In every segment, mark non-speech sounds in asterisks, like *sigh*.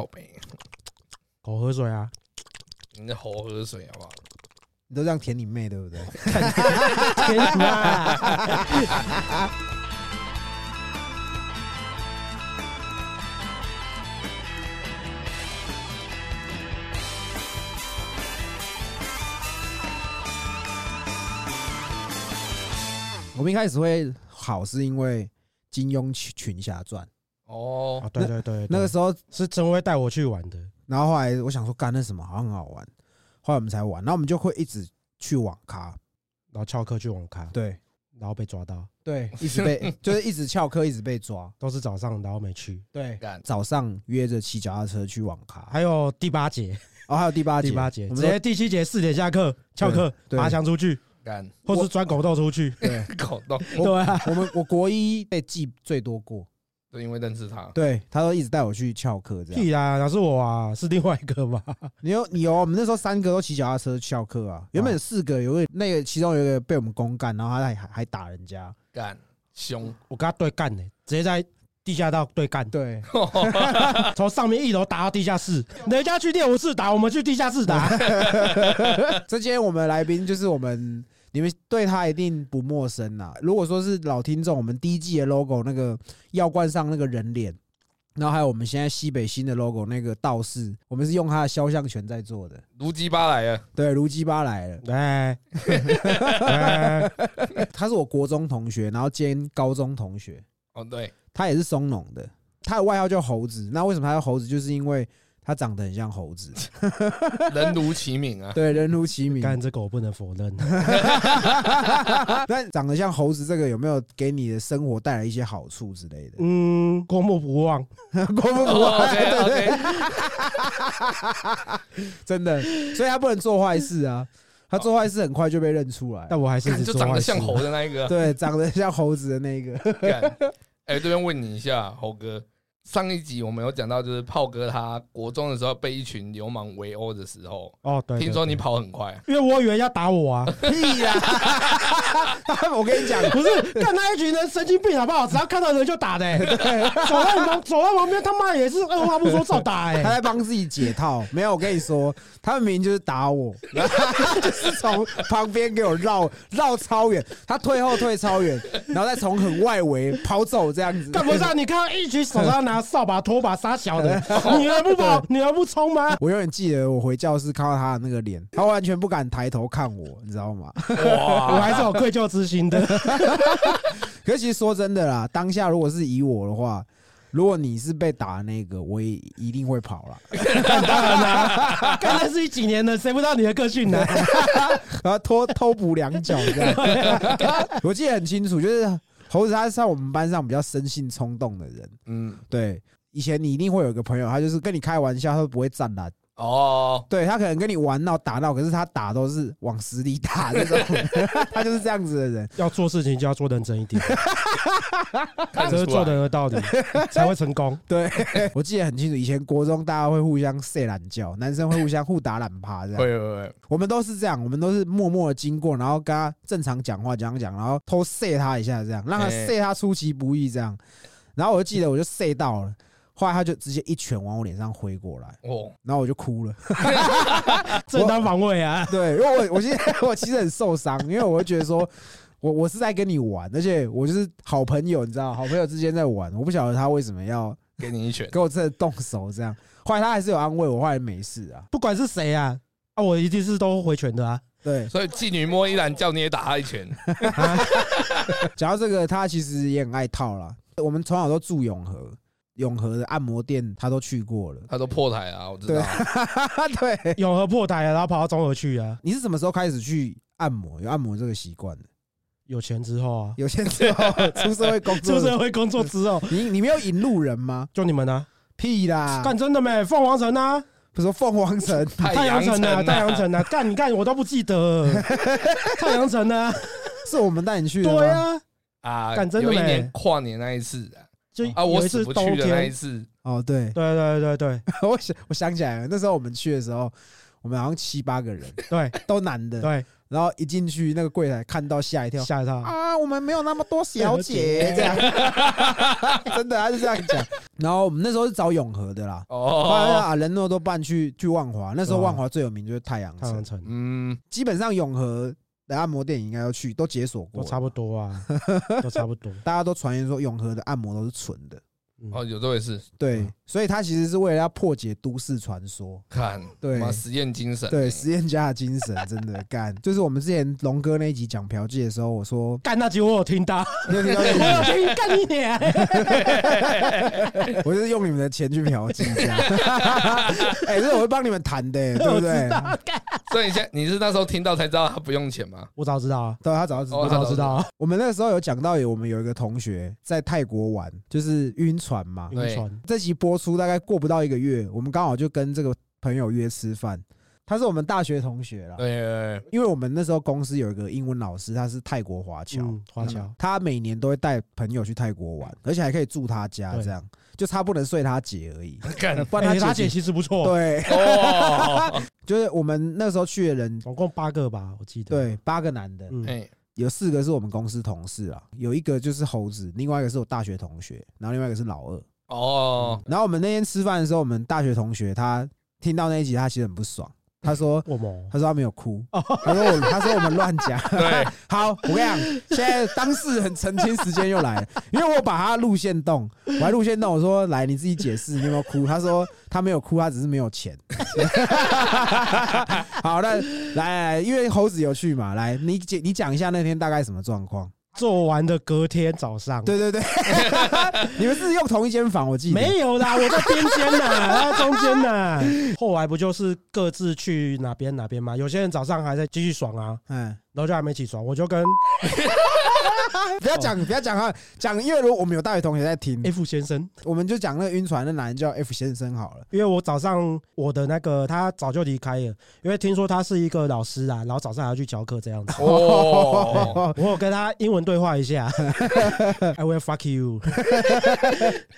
宝贝，狗喝水啊，你的喉喝水好不好？你都这样舔你妹，对不对？天哪！我们一开始会好，是因为金庸《群群侠传》哦啊，，对对对，那个对时候，是真会带我去玩的，然后后来我想说，干那什么好像很好玩，后来我们才玩，然后我们就会一直去网咖，然后翘课去网咖，对然后被抓到， *laughs* 对，一直被就是一直翘课，一直被抓，都是早上，然后没去。对干早上约着骑脚踏车去网咖，还有第八节，哦，还有第八节，第八节，我直们都接第七节四点下课，翘课对对爬墙出去，干，或是钻狗洞出去。对， *laughs* 搞到我对啊，我们我国一被记最多过，就因为认识他，对，他都一直带我去翘课这样。屁啦，哪是我啊，是另外一个吧？你有你有，我们那时候三个都骑脚踏车翘课啊，原本四个，有个那个其中有一个被我们公干，然后他还还还打人家，干凶， *laughs* 我跟他对干呢，直接在地下道对 *laughs* 干，对，从上面一楼打到地下室，人家去练武室打，我们去地下室打。这今天我们来宾就是我们，你们对他一定不陌生啦。如果说是老听众，我们第一季的 logo 那个药罐上那个人脸，然后还有我们现在西北新的 logo 那个道士，我们是用他的肖像权在做的。如鸡巴来了，对，卢基巴来了， *laughs* 哎， *laughs* 哎他是我国中同学，然后兼高中同学，哦 *laughs* 对，他也是松农的，他的外号叫猴子。那为什么他叫猴子？就是因为他长得很像 *laughs* 猴子，人如其名啊，对，人如其名。干这个我不能否认。但长得像猴子这个有没有给你的生活带来一些好处之 *laughs* 类的？ *laughs* 嗯，过目不啊忘。郭哦富国， ，OK OK，真的，所以他不能做坏事啊，他做坏事很快就被认出来。但我还是一干直就做长坏得事像猴的那一个啊，对，长得像猴子的那个，干，哎，这边问你一下，猴哥。上一集我们有讲到，就是炮哥他国中的时候被一群流氓围殴的时候，哦，对，对听说你对跑很 *laughs* 快，因为我以为要打 *laughs* 我啊，屁呀！他我跟你讲，不是，干那一群人神经病好不好？只要看到人就 *laughs* 打的、欸，走到你旁走到旁边，他妈也是二话不说照打哎、*laughs* 他在帮自己解套。没有，我跟你说，他们明明就是打我，然后他就是从旁边给我绕绕超远，他退后退超远，然后再从很外围跑走这样子。干不上，你看到一群手上拿扫把、拖把、杀 *laughs* 小的，哦女儿不跑，女儿不冲吗？我永远记得我回教室看到他的那个脸，他完全不敢抬头看我，你知道吗？我哇，还是有愧疚之 *laughs* 心的。可是其实说真的啦，当下如果是以我的话，如果你是被打的那个，我也一定会跑了，干当然啦， *laughs* 干那是一几年的，谁不知道你的个性呢？ *laughs* 然后啊偷偷补两脚这样。我记得很清楚，就是猴子他是在我们班上比较生性冲动的人。嗯，对，以前你一定会有一个朋友，他就是跟你开玩笑，他都不会站啦。哦，对他可能跟你玩闹打闹，可是他打都是往死里打这种，他就是这样子的人。要做事情就要做认真一点， *laughs* 看这得是出做来人的道理， *laughs* 才会成功。对，我记得很清楚，以前国中大家会互相射懒觉，男生会互相互打懒趴这样。会会会，我们都是这样，我们都是默默的经过，然后跟他正常讲话讲讲，然后偷射他一下，这样让他哎射他出其不意这样。然后我就记得我就射到了，后来他就直接一拳往我脸上挥过来，哦，然后我就哭了。 *laughs* 正当防卫啊，对，因为我我现在我其实很受伤，因为我会觉得说。 *laughs* 我我是在跟你玩，而且我就是好朋友，你知道，好朋友之间在玩，我不晓得他为什么要给你一拳，给我真的动手这样。后来他还是有安慰我，后来没事啊。不管是谁啊，啊，我一定是都回拳 *laughs* 的啊。对，所以妓女摸依然叫你也打他一拳，讲到这个，他其实也很爱套啦。我们从小都住永和，永和的按摩店他都去过了。 *laughs* 他都破台了，我知道对。对，永和破台了，然后跑到中和去啊。你是什么时候开始去按摩？有按摩这个习惯的？有钱之后 *laughs* 啊，有些时候出社会工出作，社会工作之 *laughs* 后，你你没有引路人吗？就你们啊，屁啦！干真的没？凤凰城啊，不是说凤凰城， *laughs* 太阳城啊，太阳 *laughs* 城啊，干你干我都不记 *laughs* 得了，太阳城啊，是我们带你去的吗？对啊，啊！干真的有一没年跨年那一次啊，就啊我有一死次不冬去的那一天，次，哦，对， *laughs* 对对对对我想我想起来了，那时候我们去的时候，我们好像七八个人，对 *laughs* 都男的，对，然后一进去那个柜台看到吓一跳，吓他。啊，我们没有那么多 *laughs* 小姐，这样， *laughs* 真的他是这样讲。然后我们那时候是找永和的啦，后来哦，啊人诺都办去去万华，那时候对啊万华最有名就是太阳太阳城，城嗯，基本上永和的按摩店应该要去，都解锁都过，差不多 *laughs* 啊，都差不多。大家都传言说永和的按摩都是纯的，嗯哦，有这回事，对嗯，所以他其实是为了要破解都市传说。看，对妈实验精神，对，实验家的精神真的 *laughs* 干，就是我们之前龙哥那一集讲嫖妓的时候，我说干那集我有听 *laughs* 到，你有听到我这集有听干你 *laughs* 娘！ *laughs* 我就是用你们的钱去嫖妓，这样。哎、这我会帮你们谈 *laughs* 的、对不对？所以你现在你是那时候听到才知道他不用钱吗？我早知道啊，对，他早就知道。哦我早知道啊，我们那个时候有讲到，有我们有一个同学在泰国玩，就是晕船嘛。对晕船这集播出大概过不到一个月，我们刚好就跟这个朋友约吃饭，他是我们大学同学啦。对对，对因为我们那时候公司有一个英文老师，他是泰国华侨，嗯华侨他每年都会带朋友去泰国玩，而且还可以住他家，对这样就差不能睡他姐而已，对看，不 *laughs* 然哎他他姐姐其实不错，对，哦，就是我们那时候去的人，总共八个吧，我记得。对，，八个男的，嗯，哎，有四个是我们公司同事啊，有一个就是猴子，另外一个是我大学同学，然后另外一个是老二。哦，然后我们那天吃饭的时候，我们大学同学他听到那一集，他其实很不爽，他说。我们他说他没有哭，他说我，他说我们乱讲。对，好，我跟你讲，现在当事人澄清时间又来了，因为我把他路线动，我还路线动，我说来你自己解释，你有没有哭？他说他没有哭，他只是没有钱。好，那来来，来因为猴子有去嘛，来你解你讲一下那天大概什么状况？做完的隔天早上，对对对， *laughs* 你们是用同一间房，我记得没有啦，我在边间呐，他在 *laughs* 中间呐。后来不就是各自去哪边哪边吗？有些人早上还在继续爽啊，嗯，然后就还没起床，我就跟不要讲不要讲啊，讲因为如果我们有大学同学在听， F 先生，我们就讲那个晕船的男人叫 F 先生好了。因为我早上我的那个他早就离开了，因为听说他是一个老师啊，然后早上还要去教课这样子。哦，我有跟他英文对话一下，I will fuck you，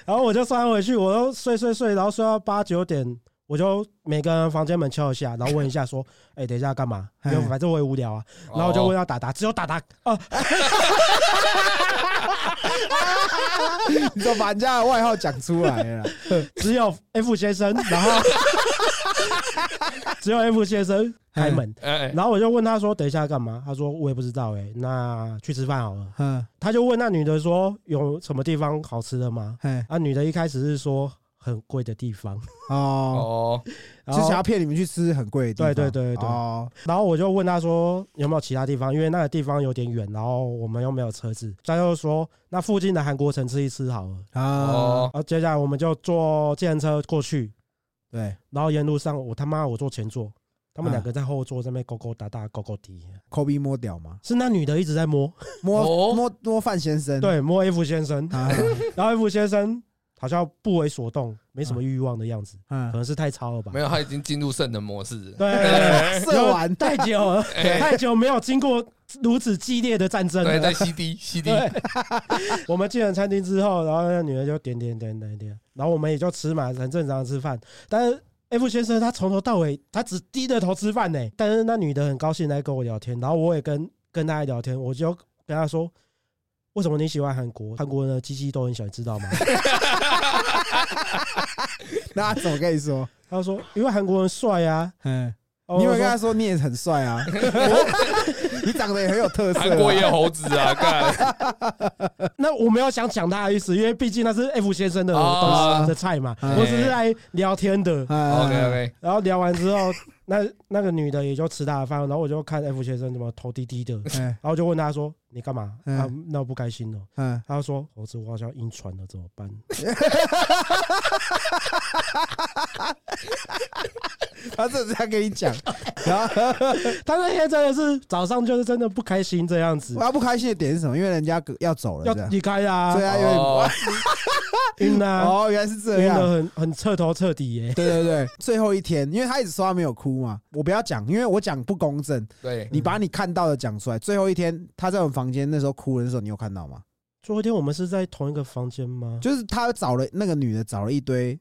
然后我就翻回去，我都睡睡睡，然后睡到八九点，我就每个人房间门敲一下，然后问一下说，哎、等一下要干嘛？因为反正我也无聊啊，哦然后我就问到达达，只有达达啊，你就把人家的外号讲出来 *laughs* 了啦，只有 F 先生，然后只有 F 先生开门，哎，然后我就问他说，等一下要干嘛？他说我也不知道、哎，那去吃饭好了。嗯，他就问那女的说，有什么地方好吃的吗？嘿，啊，女的一开始是说很贵的地方，哦。哦，然就想后要骗你们去吃很贵的地方。对对对对哦，然后我就问他说有没有其他地方，因为那个地方有点远，然后我们又没有车子，他就说那附近的韩国城吃一吃好了。啊哦，然后接下来我们就坐计程车过去，对，然后沿路上我他妈我坐前座，他们啊两个在后座这边勾勾搭搭勾勾滴，抠鼻摸屌嘛，是那女的一直在摸，摸哦摸摸范先生。对，摸 F 先生，啊，然后 F 先生好像不为所动，没什么欲望的样子，可嗯，能是太超了吧没。有，他已经进入圣人模式了， *laughs* 对，射完太久了， *laughs* 哎太久没有经过如此激烈的战争对，了在。CD CD，对， *laughs* 我们进了餐厅之后，然后那女的就点点点点点，然后我们也就吃嘛，很正常地吃饭。但是 F 先生他从头到尾他只低着头吃饭呢，但是那女的很高兴来跟我聊天，然后我也跟跟她聊天，我就跟她说。为什么你喜欢韩国？韩国人的鸡鸡都很小，你知道吗？ *laughs* 那怎么跟你 *laughs* 说？她说，因为韩国人帅啊。嗯，然后你有我没有跟说他说你也很帅啊？ *laughs* 你长得也很有特色啊。韩国也有猴子啊，看，那我没有想抢他的意思，因为毕竟那是 F 先生的啊东西的菜嘛，哎我只是来聊天的。嗯 OK OK，然后聊完之后， *laughs* 那那个女的也就吃她的饭，然后我就看 F 先生怎么头低 *laughs* 低的，然嗯后就问他说：“你干嘛？”嗯啊，那我不开心了。嗯，他就说：“猴子，我好像晕船了，怎么办他这是这样跟 *laughs* 你讲，然后？”他那天真的是早上就是真的不开心这样子，他不开心的点是什么？因为人家要走了，要啊这样，离开啦啊所以，他有点哦晕啦，哦，原来是这啊晕样的。很很彻头彻底耶。对对对，最后一天，因为他一直说他没有哭嘛，我不要讲，因为我讲不公正。对，你把你看到的讲出来。最后一天，他在我们房间那时候哭的时候，你有看到吗？最后一天我们是在同一个房间吗？就是他找了那个女的，找了一堆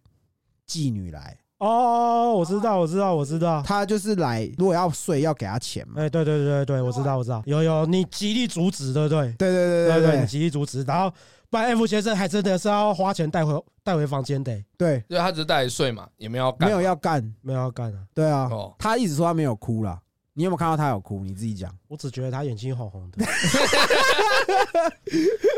妓女来，哦，我知道，我知道，我知道。他就是来，如果要睡要给他钱嘛。哎，对对对对对，我知道，我知道。有有，你极力阻止，对不对？对对对对对，你对极力阻止，然后不然 F 先生还真的是要花钱带回带回房间的、对就他只是带来睡嘛，也没有要对，干没有嘛要干，没有要干啊。对啊，哦，他一直说他没有哭啦。你有没有看到他有哭？你自己讲。我只觉得他眼睛红红的。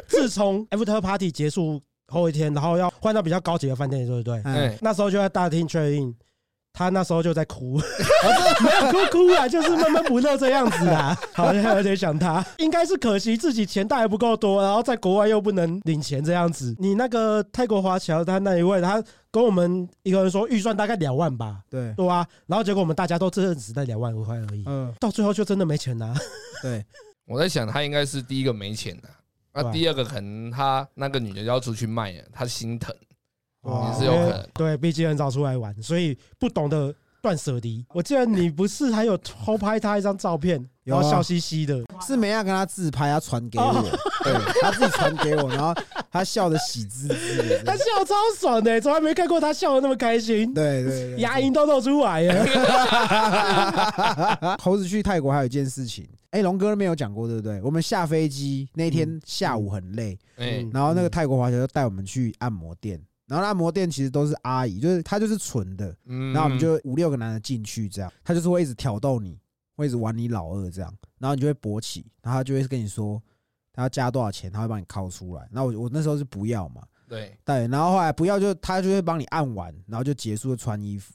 自从 After Party 结束后一天，然后要换到比较高级的饭店，对不对？哎嗯，，那时候就在大厅确认，他那时候就在哭，哦 *laughs* 没有哭哭啊，就是闷闷不乐这样子 *laughs* 啊，好像有点想他，应该是可惜自己钱带的不够多，然后在国外又不能领钱这样子。你那个泰国华侨他那一位，他跟我们一个人说预算大概两万吧，对，对啊，然后结果我们大家都真的只带两万块而已，嗯，到最后就真的没钱啊拿、 *laughs* 对，我在想他应该是第一个没钱的、那、对啊第二个可能他那个女的要出去卖了，他心疼，哦也是有可能对，毕竟很早出来玩，所以不懂得断舍离。我记得你不是还有偷拍他一张照片，然后有啊笑嘻嘻的，是梅亚跟他自拍，他传给哦我，对他自己传给我，然后他笑的喜滋滋的这他 *laughs* 样。笑超爽的、欸从来没看过他笑的那么开心，对对对，牙龈都露出来了。 *laughs* 猴子去泰国还有一件事情，哎，龙哥没有讲过，对不对？我们下飞机那天下午很累，哎、嗯然后那个泰国华侨就带我们去按摩店，然后那按摩店其实都是阿姨，就是她就是纯的，嗯然后我们就五六个男的进去，这样她就是会一直挑逗你，会一直玩你老二这样，然后你就会勃起，然后她就会跟你说她要加多少钱，她会帮你掏出来。那我我那时候是不要嘛，对， *laughs* 对，然后后来不要就她就会帮你按完，然后就结束就穿衣服，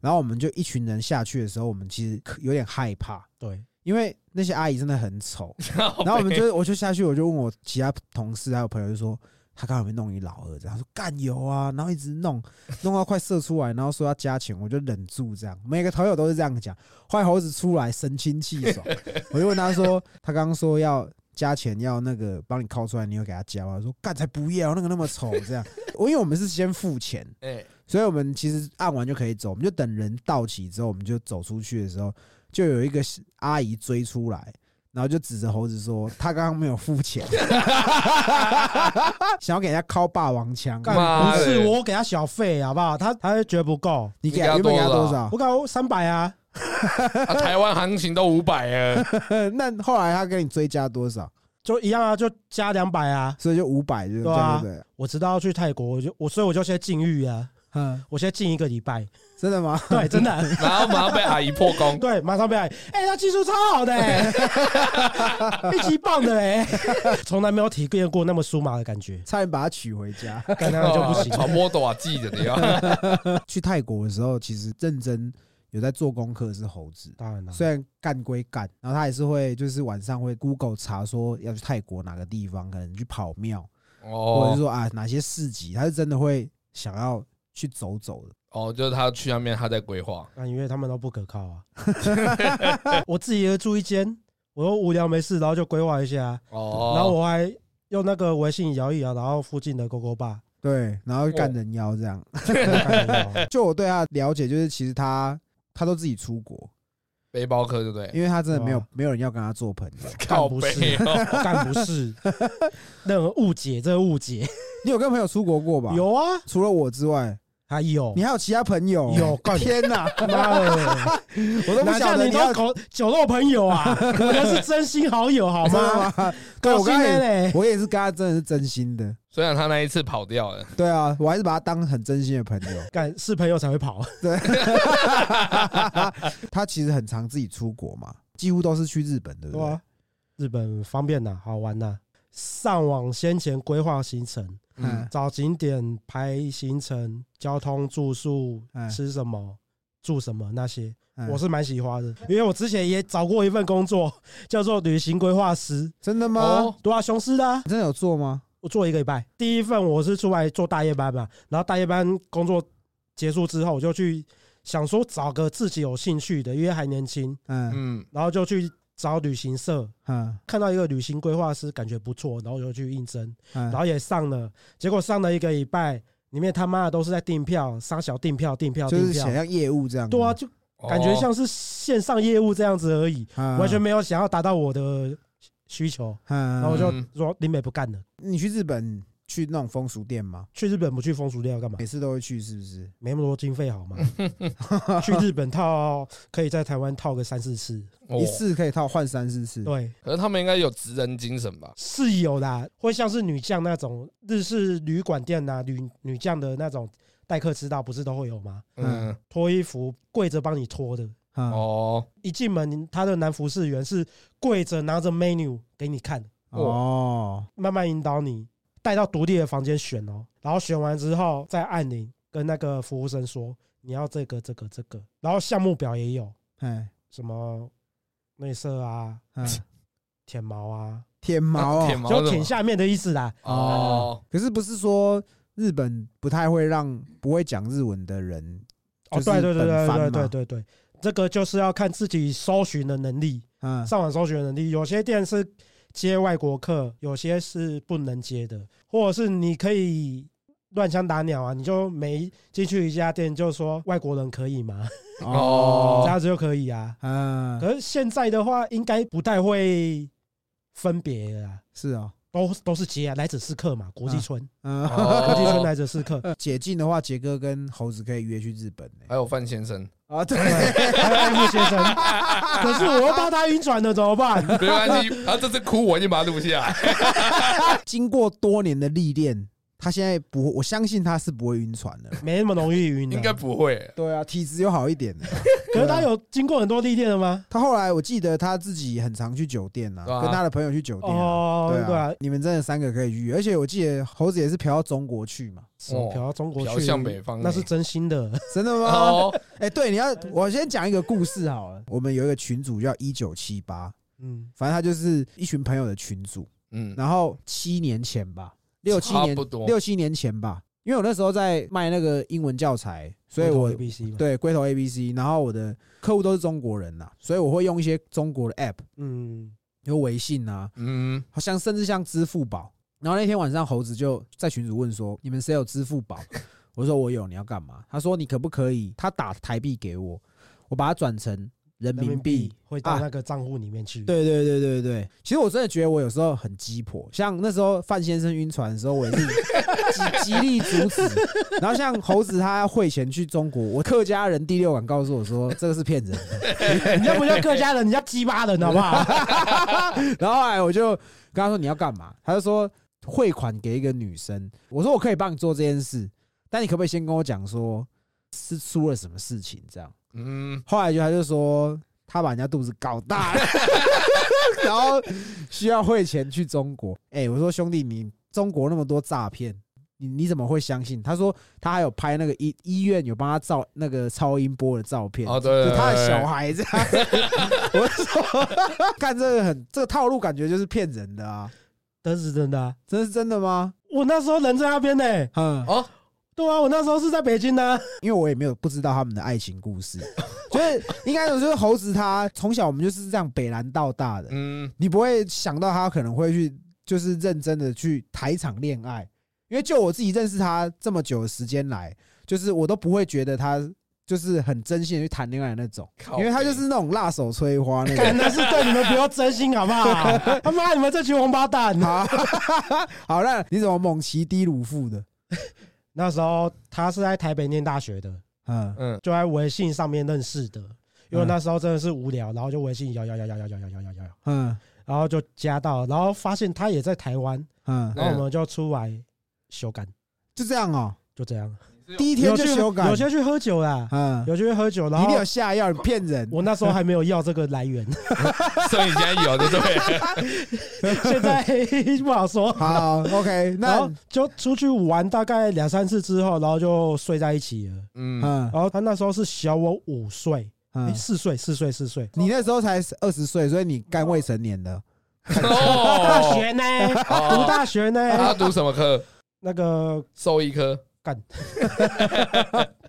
然后我们就一群人下去的时候，我们其实有点害怕，对，因为那些阿姨真的很丑，然后然后我们就我就下去，我就问我其他同事还有朋友，就说他刚才有没有弄你老二？这样他说干有啊，然后一直弄，弄到快射出来，然后说要加钱，我就忍住这样。每个朋友都是这样讲。后来猴子出来神清气爽，我就问他说，他刚刚说要加钱，要那个帮你靠出来，你有给他加吗？他说干才不要，那个那么丑这样。我因为我们是先付钱，哎所以我们其实按完就可以走，我们就等人到齐之后，我们就走出去的时候，就有一个阿姨追出来，然后就指着猴子说：“他刚刚没有付钱，想要给人家敲霸王枪，干妈干不的是我给他小费好不好？他他就觉得不够，你给你给他他原本给他多多少少我搞三百啊，啊台湾行情都五百 *laughs* 了，？” *laughs* 那后来他给你追加多少？就一样啊，就加两百啊。所以就五百，就是这对啊样对不对？我知道要去泰国，我就我所以我就先禁欲啊，嗯，我先禁一个礼 *laughs* 拜。真的吗？对，真的、 *laughs* 然后马上被阿姨破功，对，马上被爱。哎、他技术超好的、 *laughs* 欸，一级棒的嘞、从来没有体验过那么酥麻的感 *laughs* 觉，差点把他娶回家。 *laughs* 感觉就不行。传播哦多少季的 *laughs* 你啊要，去泰国的时候，其实认真有在做功课的是猴子，当然了，虽然干归干，然后他也是会，就是晚上会 Google 查说要去泰国哪个地方，可能去跑庙，或者哦是说啊哪些市集，他是真的会想要去走走的。哦，就是他去那边他在规划，啊那因为他们都不可靠啊。 *laughs* 我自己也住一间，我又无聊没事，然后就规划一下，啊哦，然后我还用那个微信摇一摇，然后附近的勾勾吧。 *laughs* 对，然后哦干人妖这样。就我对他的了解，就是其实他他都自己出国，背包客对不 *laughs* 对？因为他真的没有哇没有人要跟他做朋友。靠不背是哦，我干不是，任何误解，这个误解你有跟朋友出国过吧？，有啊，除了我之外，还有你还有其他朋友？有干天哪，妈的。我都不哪晓像得你你都要狗酒肉朋友 *laughs* 啊？我们是真心好友好真的吗？吗？对，我高兴刚才的也嘞我也是跟他真的是真心的。虽然他那一次跑掉了，对啊，我还是把他当很真心的朋友。干是朋友才会跑，他其实很常自己出国嘛，几乎都是去日本，对不对啊对？吧？日本方便呐，好玩呐。上网先前规划行程，嗯嗯，找景点、排行程、交通、住宿哎、吃什么、住什么那些，嗯我是蛮喜欢的。因为我之前也找过一份工作， *laughs* 叫做旅行规划师，真的吗？哦对啊，雄狮的啊、你真的有做吗？我做一个礼拜，第一份我是出来做大夜班嘛，然后大夜班工作结束之后，我就去想说找个自己有兴趣的，因为还年轻，嗯嗯，然后就去找旅行社，嗯看到一个旅行规划师感觉不错，然后我就去应征，嗯然，后也上了，结果上了一个礼拜，里面他妈的都是在订票，商小订票、订票、就订是想票，像业务这样。对啊，，就哦感觉像是线上业务这样子而已，啊完全。没有想要达到我的需求，嗯，然后我就说林美不干了。你去日本去那种风俗店吗？去日本不去风俗店要干嘛？每次都会去，是不是？没那么多经费好吗？去日本套可以在台湾套个三四次，哦一，次可以套换三四次，对，可是他们应该有职人精神吧？是有的啊，会像是女将那种日式旅馆店呐、女女将的那种待客之道，不是都会有吗？嗯，脱衣服跪着帮你脱的，嗯哦，一进门他的男服侍员是跪着拿着 menu 给你看，哦，慢慢引导你带到独立的房间选哦，然后选完之后再按铃跟那个服务生说你要这个这个这个，然后项目表也有哎，什么内射啊、 *laughs* 嗯舔毛啊，舔毛舔哦，毛就什舔么下面的意思啦。哦，可是不是说日本不太会让不会讲日文的人，哦，就对是对对本对番对嘛对对对，这个就是要看自己搜寻的能力，嗯，上网搜寻的能力。有些店是接外国客，有些是不能接的，或者是你可以乱枪打鸟啊，你就没进去一家店就说外国人可以吗？哦这样子就可以啊。嗯，可是现在的话，应该不太会分别了啦，是哦，都都是接啊，来者是客嘛，国际村，嗯，国际村哦，来者是客。解禁的话，杰哥跟猴子可以约去日本呢。还有范先生，啊，对，还有 M 哎先生，可是我又怕他晕船了，怎 *laughs* 么办？没关系，他这次哭我已经把它录下 *laughs* 来。 *laughs* 经过多年的历练，他现在不，我相信他是不会晕船 *laughs* 的。没那么容易晕嗯的。应该不会，对啊，体质又好一点的。可是他有经过很多历练了吗？他后来我记得他自己很常去酒店啊，对啊跟他的朋友去酒店啊。哦，对对啊，你们真的三个可以去，而且我记得猴子也是嫖到中国去 *laughs* 嘛，什么嫖到中国嫖去，向北方那是真心的。真的吗？哦，哎，对，你要我先讲一个故事好了。我们有一个群主叫一九七八，嗯，反正他就是一群朋友的群主，嗯，然后七年前吧，六七年差不多六七年前吧，因为我那时候在卖那个英文教材，所以我 B C 嘛，，对龟头 A B C，然后我的客户都是中国人呐、啊所以我会用一些中国的 app，嗯，有微信啊，嗯，好像甚至像支付宝。然后那天晚上，猴子就在群主问说：“你们谁有支付宝？” *laughs* 我说：“我有。”你要干嘛？他说：“你可不可以？他打台币给我，我把它转成人人民民币啊币。会到那个账户里面去。”，对对对对对，其实我真的觉得我有时候很鸡婆，像那时候范先生晕船的时候，我也是极极力阻止。然后像猴子他汇钱去中国，我客家人第六感告诉我说这个是骗人的。 *laughs* 人家不叫客家人，人家鸡巴人，好不好？然后后来我就跟他说你要干嘛，他就说汇款给一个女生。我说我可以帮你做这件事，但你可不可以先跟我讲说是出了什么事情这样？嗯，后来就他就说他把人家肚子搞大了， *laughs* 然后需要汇钱去中国。哎、我说兄弟，你中国那么多诈骗。你你怎么会相信？他说他还有拍那个医医院有帮他照那个超音波的照片，哦，对，就对他的小，孩这样。 *laughs* 我就说，看这个很这个套路，感觉就是骗人的啊！真是真的啊。这是真的吗？我那时候人在那边呢，嗯，哦，对啊，我那时候是在北京啊 *laughs* 呢。因为我也没有不知道他们的爱情故事，就是应该就是猴子他从小我们就是这样北南到大的，嗯，你不会想到他可能会去就是认真的去谈一场恋爱，因为就我自己认识他这么久的时间来，就是我都不会觉得他就是很真心的去谈恋爱的那种，靠因为他就是那种辣手摧 *laughs* 花那种。干那是对你们不要真心，好不好？他妈，你们这群王八蛋！好， *laughs* 好，那你怎么猛骑低乳妇的？那时候他是在台北念大学的，嗯，嗯，就在微信上面认识的，因为那时候真的是无聊，然后就微信摇摇摇摇摇摇摇摇摇摇，嗯然后就加到，然后发现他也在台湾，嗯，然后我们就出来修改，就这样哦、就这样。第一天就有去修改，有些去喝酒啦，嗯，有些去喝酒，你然一后定有下药，你骗人。我那时候还没有要这个来 *laughs* 源，所以你现在有的对，现在 *laughs* 不好说。好，OK，然那后就出去玩大概两三次之后，然后就睡在一起了。嗯， *laughs* 嗯然后他那时候是小我五岁，诶嗯，四岁，四岁，四岁。你那时候才二十岁，所以你干未成年的。大哦，学呢？读哦大学呢？他读什么科？那个兽医科，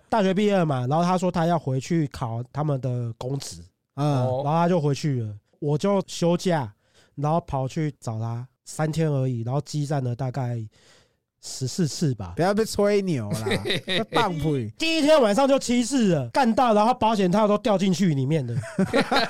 大学毕业了嘛，然后他说他要回去考他们的公职，嗯然 *laughs* 哦，后他就回去了，我就休假，然后跑去找他三天而已，然后激战了大概十四次吧不。要被吹牛啦，棒呸！第一天晚上就七次了，干到然后保险套都掉进去里面的。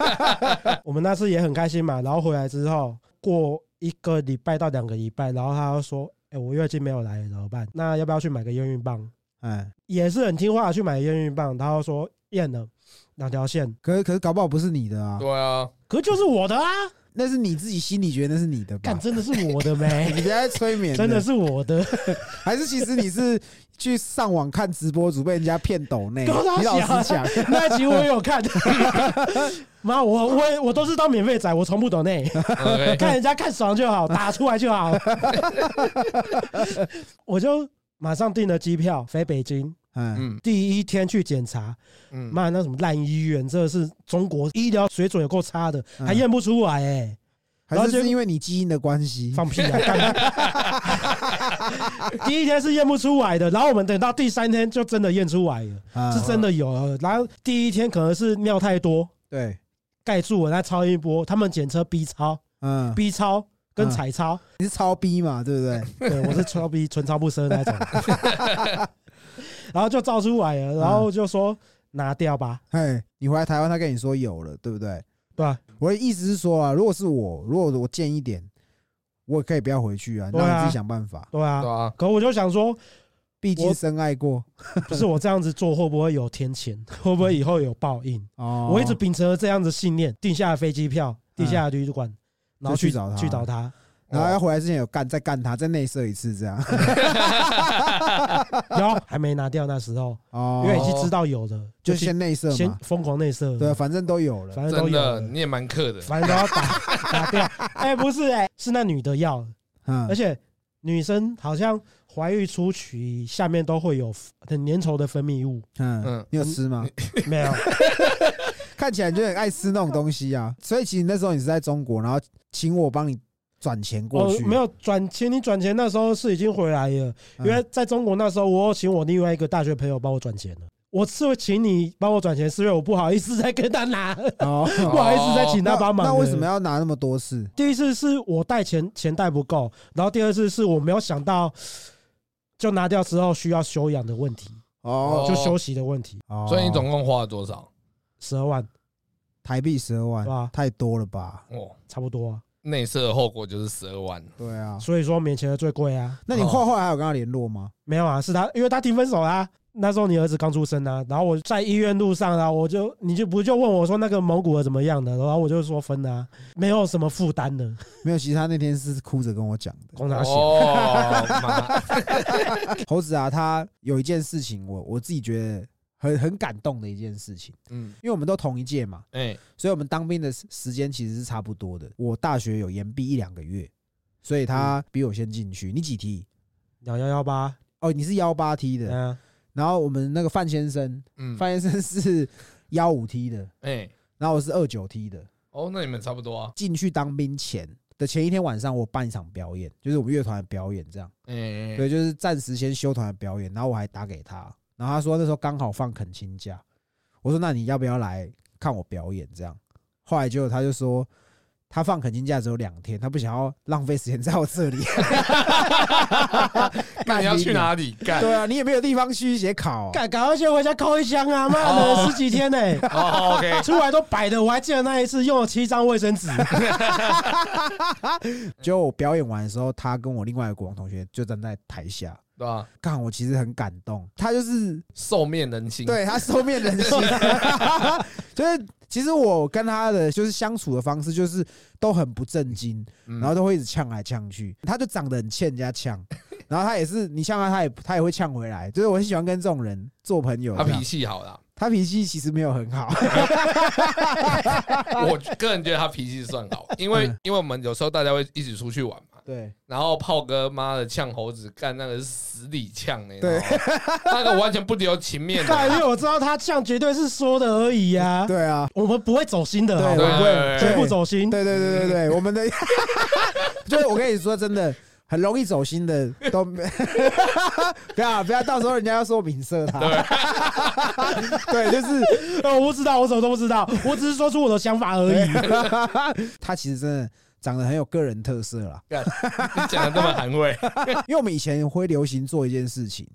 *laughs* 我们那次也很开心嘛，然后回来之后过一个礼拜到两个礼拜，然后他就说：“哎，我月经没有来了怎么办？那要不要去买个验孕棒？哎，也是很听话地去买验孕棒，然后说验了两条线，可是可是搞不好不是你的啊，对啊，可就是我的啊，那是你自己心里觉得那是你的吧干？真的是我的你没，别再催眠了，真的是我的，还是其实你是去上网看直播主被人家骗抖 *laughs* 内，搞他你老实小讲， *laughs* 那一集我也有看，妈，我我也我都是当免费仔，我从不懂内，哎 *laughs* OK，看人家看爽就好，打出来就好， *laughs* 我就马上订了机票飞北京，嗯，嗯第一天去检查，嗯，妈，那什么烂医院，这是中国医疗水准有够差的，还验不出来哎、然还后是结是因为你基因的关系，放屁啊！干第一天是验不出来的，然后我们等到第三天就真的验出来了，啊是真的有了。然后第一天可能是尿太多对，盖住了，那超音波，他们检测 B 超、嗯， B 超跟嗯彩超，你是超逼嘛，对不对？对我是超 B 纯超不生那种， *laughs* 然后就照出来了，然后就说拿掉吧，嘿，哎你回来台湾，他跟你说有了，对不对？对吧？我的意思是说啊，如果是我，如果我建议点，我也可以不要回去啊，对啊让你自己想办法。对对啊。啊，可我就想说，毕我竟深爱过不是我这样子做会不会有天 *laughs* 谴？会不会以后有报应？哦，嗯我一直秉承着这样的信念，订下了飞机票，订下了旅馆，然后就去去找他去找他。 *laughs* 然后要回来之前有干，再干他，再内射一次这样。然后还没拿掉那时候，哦因，为已经知道有了，就去先内射先嘛，疯狂内射，对，啊反正都有了。反正都真有的，了，你也蛮克的，反正都要打打 *laughs* 掉。哎，不是哎，是那女的要，嗯而，且女生好像怀孕初期下面都会有很粘稠的分泌 *laughs* 物，嗯嗯，你有吃吗？没有？ *laughs* 看起来你就很爱吃那种东西啊。所以其实那时候你是在中国，然后请我帮你转钱过我去，哦没有转钱，你转钱那时候是已经回来了，因嗯为在中国那时候，我有请我另外一个大学朋友帮我转钱了。我是请你帮我转钱，是因为我不好意思再跟他拿，哦。不好意思再请他帮忙那了。为什么要拿那么多次？第一次是我带钱钱带不够，然后第二次是我没有想到，就拿掉之后需要休养的问题，哦，就休息的问题，哦所以你总共花了多少？十二万台币十二万，对啊太多了吧？哦，差不多、啊，内射的后果就是十二万，对啊，所以说免钱的最贵啊。那你后后来还有跟他联络吗？没有啊，是他，因为他提分手啦、那时候你儿子刚出生啊，然后我在医院路上啊，我就你就不就问我说那个蒙古的怎么样的，然后我就说分啊，没有什么负担的，没有，其实他那天是哭着跟我讲的。公拿小。哦， *laughs* 妈猴子啊，他有一件事情我，我自己觉得很很感动的一件事情，嗯，因为我们都同一届嘛，哎，所以我们当兵的时时间其实是差不多的。我大学有延毕一两个月，所以他比我先进去。你几梯？幺幺幺八，哦，你是幺八梯的，嗯，然后我们那个范先生，嗯，范先生是幺五梯的，哎，然后我是二九梯的。哦，那你们差不多啊，进去当兵前的前一天晚上，我办一场表演，就是我们乐团的表演，这样。哎，对，就是暂时先休团的表演，然后我还打给他，然后他说那时候刚好放恳亲假，我说那你要不要来看我表演？这样，后来结果他就说他放恳亲假只有两天，他不想要浪费时间在我这里。 *laughs* 那你要去哪里干？对啊，你也没有地方去写考、啊赶赶快先回家扣一箱 *laughs* 啊！妈的，哦十几天呢、哦，OK，出来都摆的，我还记得那一次用了七张卫 *laughs* 生纸。结果我表演完的时候，他跟我另外一个国王同学就站在台下，对吧？看我其实很感动，他就是受面人心，对他收面 *laughs* 人心，就是其实我跟他的就是相处的方式就是都很不正经，嗯，然后都会一直呛来呛去，他就长得很欠人家 *laughs* 呛，然后他也是你呛他，他也他也会呛回来，就是我很喜欢跟这种人做朋友他这样。脾气好啦，他脾气其实没有很好， *laughs* 我个人觉得他脾气算 *laughs* 好，因为哎嗯因为我们有时候大家会一起出去玩嘛， *laughs* 对，然后炮哥妈的呛猴子干那个是死里呛呢，对哎你知道吗那个完全不留情面 *laughs* 的，干，因为我知道他这样绝对是说的而已啊。对啊，我们不会走心的，对，好我对吗会绝对不走心。对对对对对，我们的 *laughs* 就是我跟你说真的。很容易走心的都没， *laughs* 不要不要，到时候人家要说我影射他。 *laughs* 对，就 *laughs* 是呃，我不知道，我什么都不知道，我只是说出我的想法而已。 *laughs* 他其实真的长得很有个人特色啦。 *laughs* 你讲的这么含糊。因为我们以前会流行做一件事情，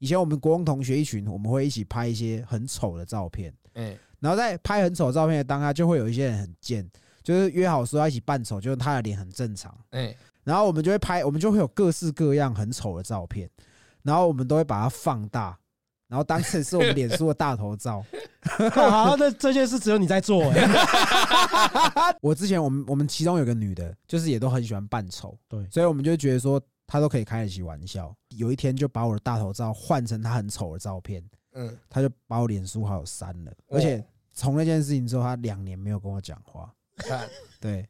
以前我们国中同学一群，我们会一起拍一些很丑的照片，哎，然后在拍很丑的照片的当下，就会有一些人很贱，就是约好说要一起扮丑，就是他的脸很正常，哎，然后我们就会拍，我们就会有各式各样很丑的照片，然后我们都会把它放大，然后当成是我们脸书的大头照。靠 *laughs* 好像这这件事只有你在 *laughs* 做哎、我之前我们我们其中有个女的，就是也都很喜欢扮丑，对所以我们就觉得说她都可以开得起玩笑。有一天就把我的大头照换成她很丑的照片，嗯，她就把我脸书好友删了，而且从那件事情之后，她两年没有跟我讲话。看对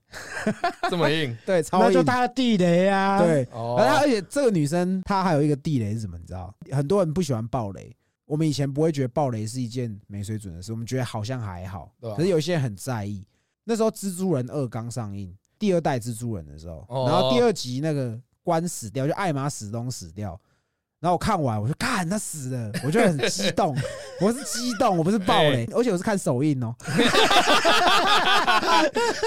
这么硬对，超那就硬大地雷啊，，对。哦而她而且这个女生她还有一个地雷是什么？你知道，很多人不喜欢暴雷。我们以前不会觉得暴雷是一件没水准的事，我们觉得好像还好。对啊可是有些人很在意。那时候《蜘蛛人二》刚上映，第二代蜘蛛人的时候，哦然后第二集那个关死掉，就艾玛史东死掉。然后我看完，我就看他死了，我就很激动，我是激动，我不是暴雷，而且我是看首映哦。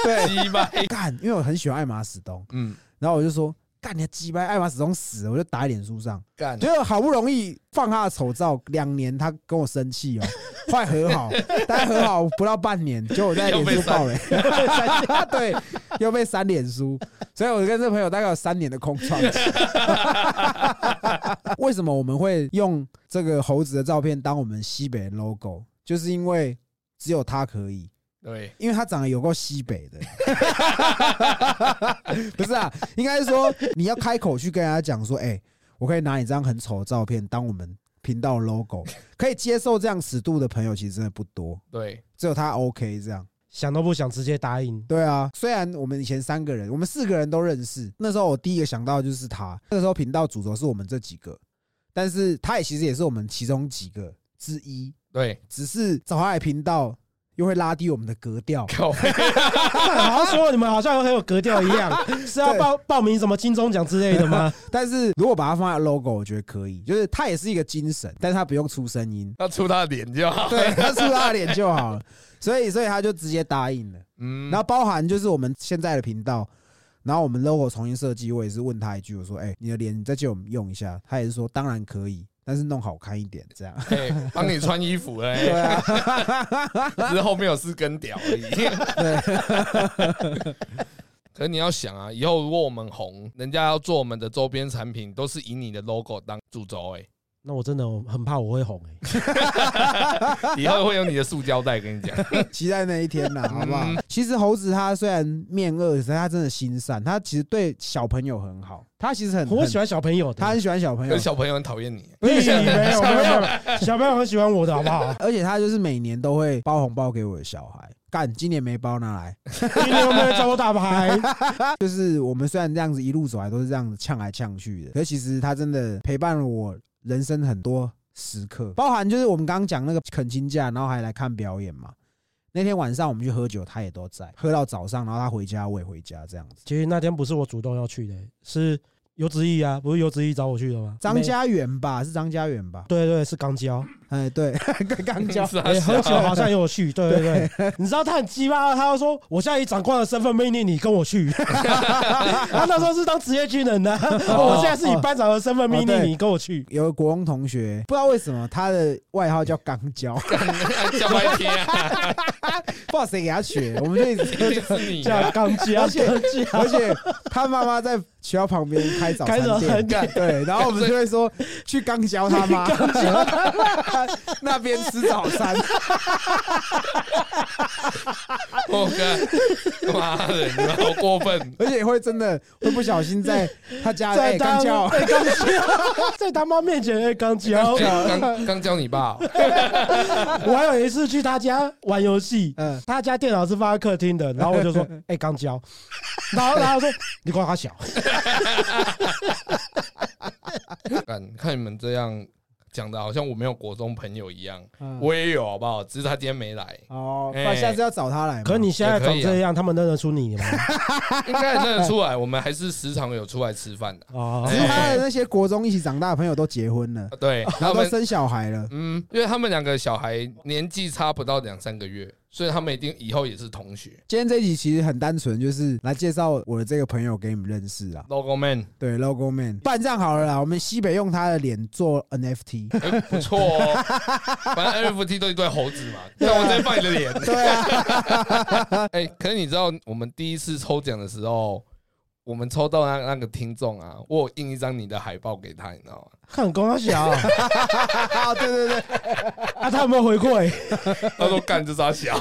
对，鸡巴，干，因为我很喜欢艾玛史东，嗯，然后我就说干你的鸡掰，艾玛史东死了，我就打在脸书上，干结果好不容易放他的丑照，两年他跟我生气哦，快和好，大家和好不到半年，结果我在脸书爆雷， *laughs* 对，又被删脸书，所以我跟这朋友大概有三年的空窗期。为什么我们会用这个猴子的照片当我们西北的 logo？就是因为只有他可以，对，因为他长得有够西北的， *laughs* 不是啊？应该是说你要开口去跟人家讲说，哎、我可以拿你这张很丑的照片当我们频道 logo，可以接受这样尺度的朋友其实真的不多，对，只有他 OK 这样。想都不想直接答应， *laughs* 对啊，虽然我们以前三个人，我们四个人都认识，那时候我第一个想到的就是他，那个时候频道主轴是我们这几个，但是他也其实也是我们其中几个之一，对，只是找他来频道又会拉低我们的格调。靠， *laughs*，干好像说你们好像很有格调一 *laughs* 样，是要对报报名什么金钟奖之类的 *laughs* 吗？但是如果把它放在 logo，我觉得可以，就是它也是一个精神，但是它不用出声音他出他的脸就好，对， *laughs* 它出它的脸就好了。所以，所以他就直接答应了。嗯，。然后包含就是我们现在的频道，然后我们 logo 重新设计，我也是问他一句，我说：“哎、你的脸你再借我们用一下。”他也是说：“当然可以，但是弄好看一点。”这样 *laughs* 哎，帮你穿衣服了，对哎啊， *laughs* 只是后面有四根屌而已。 *laughs* 可是你要想啊，以后如果我们红，人家要做我们的周边产品，都是以你的 logo 当主轴，哎，那我真的很怕我会红哎、以后会有你的塑胶袋，跟你讲，期待那一天呐，好不好嗯？其实猴子他虽然面恶，可是他真的心善，他其实对小朋友很好，他其实很我很喜欢小朋友的，他很喜欢小朋 *laughs* 友有，小朋友很讨厌你，屁没有没有没有，小朋友很喜欢我的好不 *laughs* 好？而且他就是每年都会包红包给我的小孩。干，今年没包拿来。今天有没有找我打牌？就是我们虽然这样子一路走来都是这样子呛来呛去的，可是其实他真的陪伴了我人生很多时刻，包含就是我们刚刚讲那个恳亲假，然后还来看表演嘛。那天晚上我们去喝酒，他也都在，喝到早上，然后他回家，我也回家，这样子。其实那天不是我主动要去的、是游子毅啊，不是游子毅找我去的吗？张家元吧，是张家元吧？没，对对是刚交，哎，对，*laughs* *laughs* 刚刚讲是啊哎，喝酒好像也有去，对对对对，你知道他很鸡巴，他就说我现在以长官的身份命令你跟我 *laughs* 去，他那时候是当职业军人的，哦我哦现在是以班长的身份命令你跟我去，有个国中同学，不知道为什么他的外号叫刚交， *laughs* 不叫半天啊，知道谁给他取的，我们就一直一定是你 *laughs* 啊叫刚交，而且刚交 *laughs* 而且他妈妈在学校旁边开早开早餐餐店，店对，然后我们就会说去刚教他妈，那边吃早餐， *laughs* 我靠，妈的，你们好过分！而且会真的会不小心在他家在哎刚当教， *laughs* 在刚交，在他妈面前哎刚交，哎刚刚教你爸哦，我还有一次去他家玩游戏，嗯，他家电脑是放在客厅的，然后我 *laughs* 就说：“哎、刚交。”然后然后他说：“你管 *laughs* 他小。看看你们这样讲的，好像我没有国中朋友一样，嗯我也有好不好？只是他今天没来，哦，不然下次要找他啊来嘛。”可是你现在长这样，他们认得出你吗？应该也认得出来，我们还是时常有出来吃饭的。哦只，是他的那些国中一起长大的朋友都结婚了，对，然他后们都 *laughs* 生小孩了，嗯，因为他们两个小孩年纪差不到两三个月，所以他们一定以后也是同学。今天这一集其实很单纯，就是来介绍我的这个朋友给你们认识啊。 Logo Man，对，Logo Man，不然这样好了啦，我们西北用他的脸做 NFT。哎、不错哦。反正 NFT 都一堆猴子嘛，那我再放你的脸。对啊，哎、可是你知道我们第一次抽奖的时候，我们抽到那那个听众啊，我有印一张你的海报给他，你知道吗？看公他 *laughs* 小啊，啊，对对对，啊他有没有回 *laughs* 馈？ *laughs* 他说干这傻小，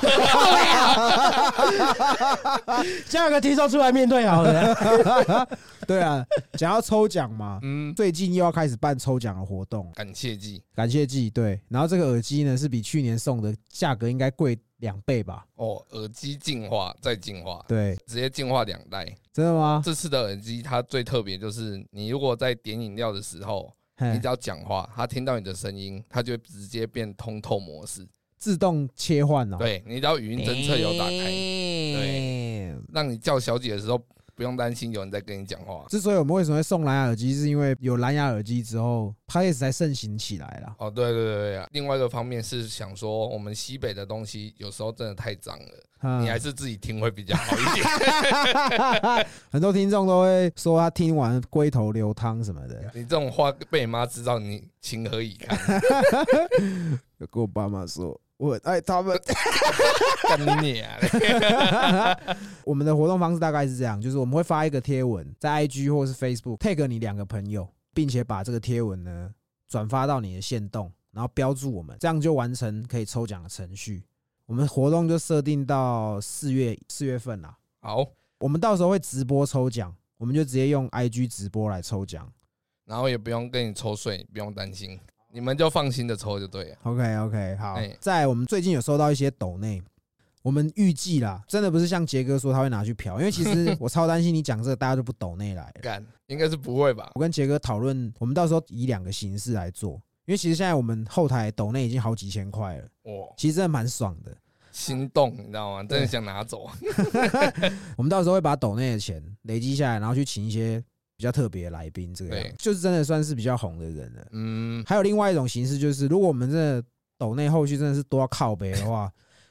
叫个听众出来面对好了。对啊，讲到抽奖嘛，嗯，最近又要开始办抽奖的活动， *laughs* 感谢祭感谢季对。然后这个耳机呢是比去年送的价格应该贵两倍吧？哦，耳机进化再进化，对，直接进化两代。真的吗？这次的耳机它最特别就是，你如果在点饮料的时候，你嘿只要讲话，它听到你的声音，它就会直接变通透模式。自动切换哦，对你只要语音侦测有打哎开，对。让你叫小姐的时候不用担心有人在跟你讲话。之所以我们为什么会送蓝牙耳机，是因为有蓝牙耳机之后 p o d 才盛行起来了。哦，对对对对啊，另外一个方面是想说，我们西北的东西有时候真的太脏了，嗯你还是自己听会比较好一点。 *laughs* 很多听众都会说他听完龟头流汤什么的，你这种话被你妈知道，你情何以堪？有跟我爸妈说我很爱他们。干你啊！我们的活动方式大概是这样，就是我们会发一个贴文，在 IG 或是 Facebook tag 你两个朋友，并且把这个贴文呢转发到你的线动，然后标注我们，这样就完成可以抽奖的程序。我们活动就设定到四月四月份啦， *laughs* 好，我们到时候会直播抽奖，我们就直接用 IG 直播来抽奖。然后也不用跟你抽税，不用担心，你们就放心的抽就对了。 OK OK，好哎。在我们最近有收到一些抖内，我们预计啦，真的不是像杰哥说他会拿去嫖，因为其实我超担心你讲这个大家就不抖内来了。干，应该是不会吧？我跟杰哥讨论，我们到时候以两个形式来做，因为其实现在我们后台抖内已经好几千块了，我其实真的蛮爽的。心动，你知道吗？真的想拿走。 *laughs* 我们到时候会把抖内的钱累积下来，然后去请一些比较特别的来宾，这个样对子就是真的算是比较红的人了。嗯，还有另外一种形式，就是如果我们真的抖内后续真的是多到靠北的话，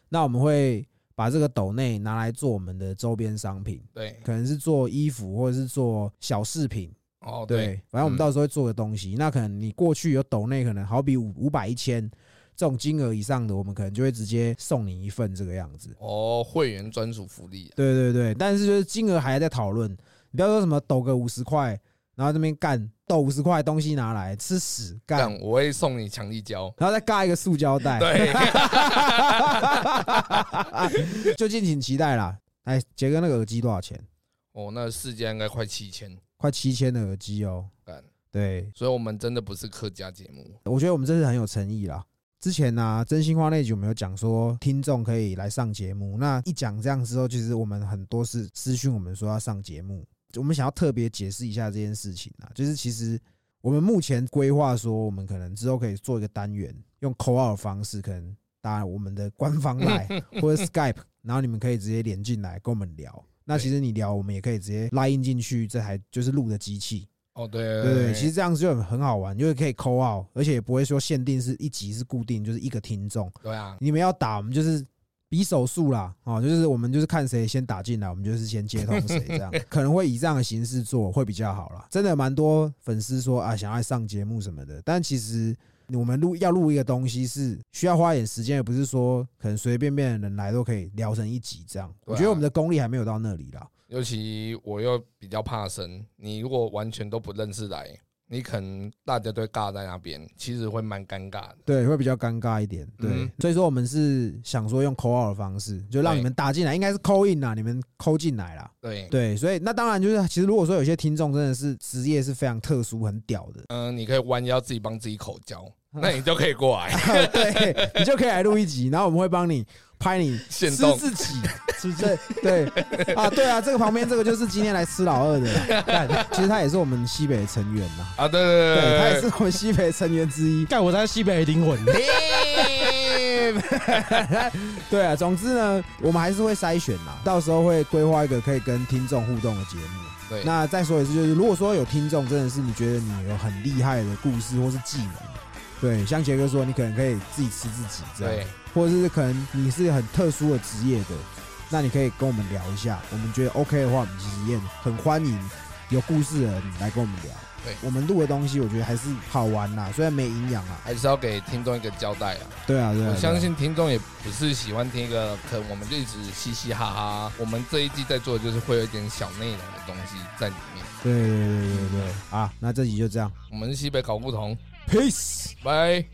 那我们会把这个抖内拿来做我们的周边商品，对，可能是做衣服或者是做小饰品，哦对，对，反正我们嗯到时候会做个东西。那可能你过去有抖内，可能好比五五百一千这种金额以上的，我们可能就会直接送你一份这个样子。哦，会员专属福利啊，对对对，但是就是金额还在讨论，你不要说什么抖个五十块，然后这边干抖五十块东西拿来吃屎干干，，哎我会送你强力胶。然后再尬一个塑胶袋。对， *laughs* 就敬请期待啦。哎，杰哥那个耳机多少钱？哦，那世界应该快七千，快七千的耳机哦干。对，所以我们真的不是客家节目。我觉得我们这次很有诚意啦。之前呢、真心话那集我们有讲说，听众可以来上节目。那一讲这样之后，其实我们很多是私讯我们说要上节目，我们想要特别解释一下这件事情啊，就是其实我们目前规划说，我们可能之后可以做一个单元，用 call out 的方式，可能打我们的官方 line 或者 Skype，然后 *laughs* 你们可以直接连进来跟我们聊。那其实你聊，我们也可以直接拉 in 进去这台就是录的机器，哦，对对对，其实这样子就很很好玩，就是可以扣 out，而且也不会说限定是一集是固定，就是一个听众。对啊，你们要打，我们就是比手速啦，哦，就是我们就是看谁先打进来，我们就是先接通谁， *laughs* 这样可能会以这样的形式做会比较好啦。真的蛮多粉丝说啊，想要来上节目什么的，但其实。我们录要录一个东西是需要花一点时间，也不是说可能随随便便的人来都可以聊成一集这样。对我啊觉得我们的功力还没有到那里啦。尤其我又比较怕生，你如果完全都不认识来，你可能大家都会尬在那边，其实会蛮尴尬的。对，会比较尴尬一点。对，嗯所以说我们是想说用 call out 的方式，就让对你们打进来，应该是 call in 啦，你们 call 进来啦。对，，对，所以那当然就是，其实如果说有些听众真的是职业是非常特殊、很屌的嗯、你可以弯腰自己帮自己口 *laughs* 交，那你就可以过来对你就可以来录一集，然后我们会帮你拍 *laughs* 你现吃动自己，是这对对啊，对啊，这个旁边这个就是今天来吃老二的，干其实他也是我们西北的成员呐，啊！对对对对他也是我们西北的成员之一。干我才西北的灵魂。对啊，总之呢，我们还是会筛选啦，到时候会规划一个可以跟听众互动的节目。对那再说一次，就是如果说有听众真的是你觉得你有很厉害的故事或是技能，对，像杰哥说，你可能可以自己吃自己这样对，，或者是可能你是很特殊的职业的，那你可以跟我们聊一下，我们觉得 OK 的话，我们其实也很欢迎有故事的人来跟我们聊。对我们录的东西，我觉得还是好玩啦，虽然没营养啊。 *laughs* 还是要给听众一个交代啊！对啊，对啊，我对啊相信听众也不是喜欢听一个，可能我们就一直嘻嘻哈哈。我们这一季在做的就是会有一点小内容的东西在里面。对对对对对对啊！那这集就这样我们是西北搞不同， ，peace。拜。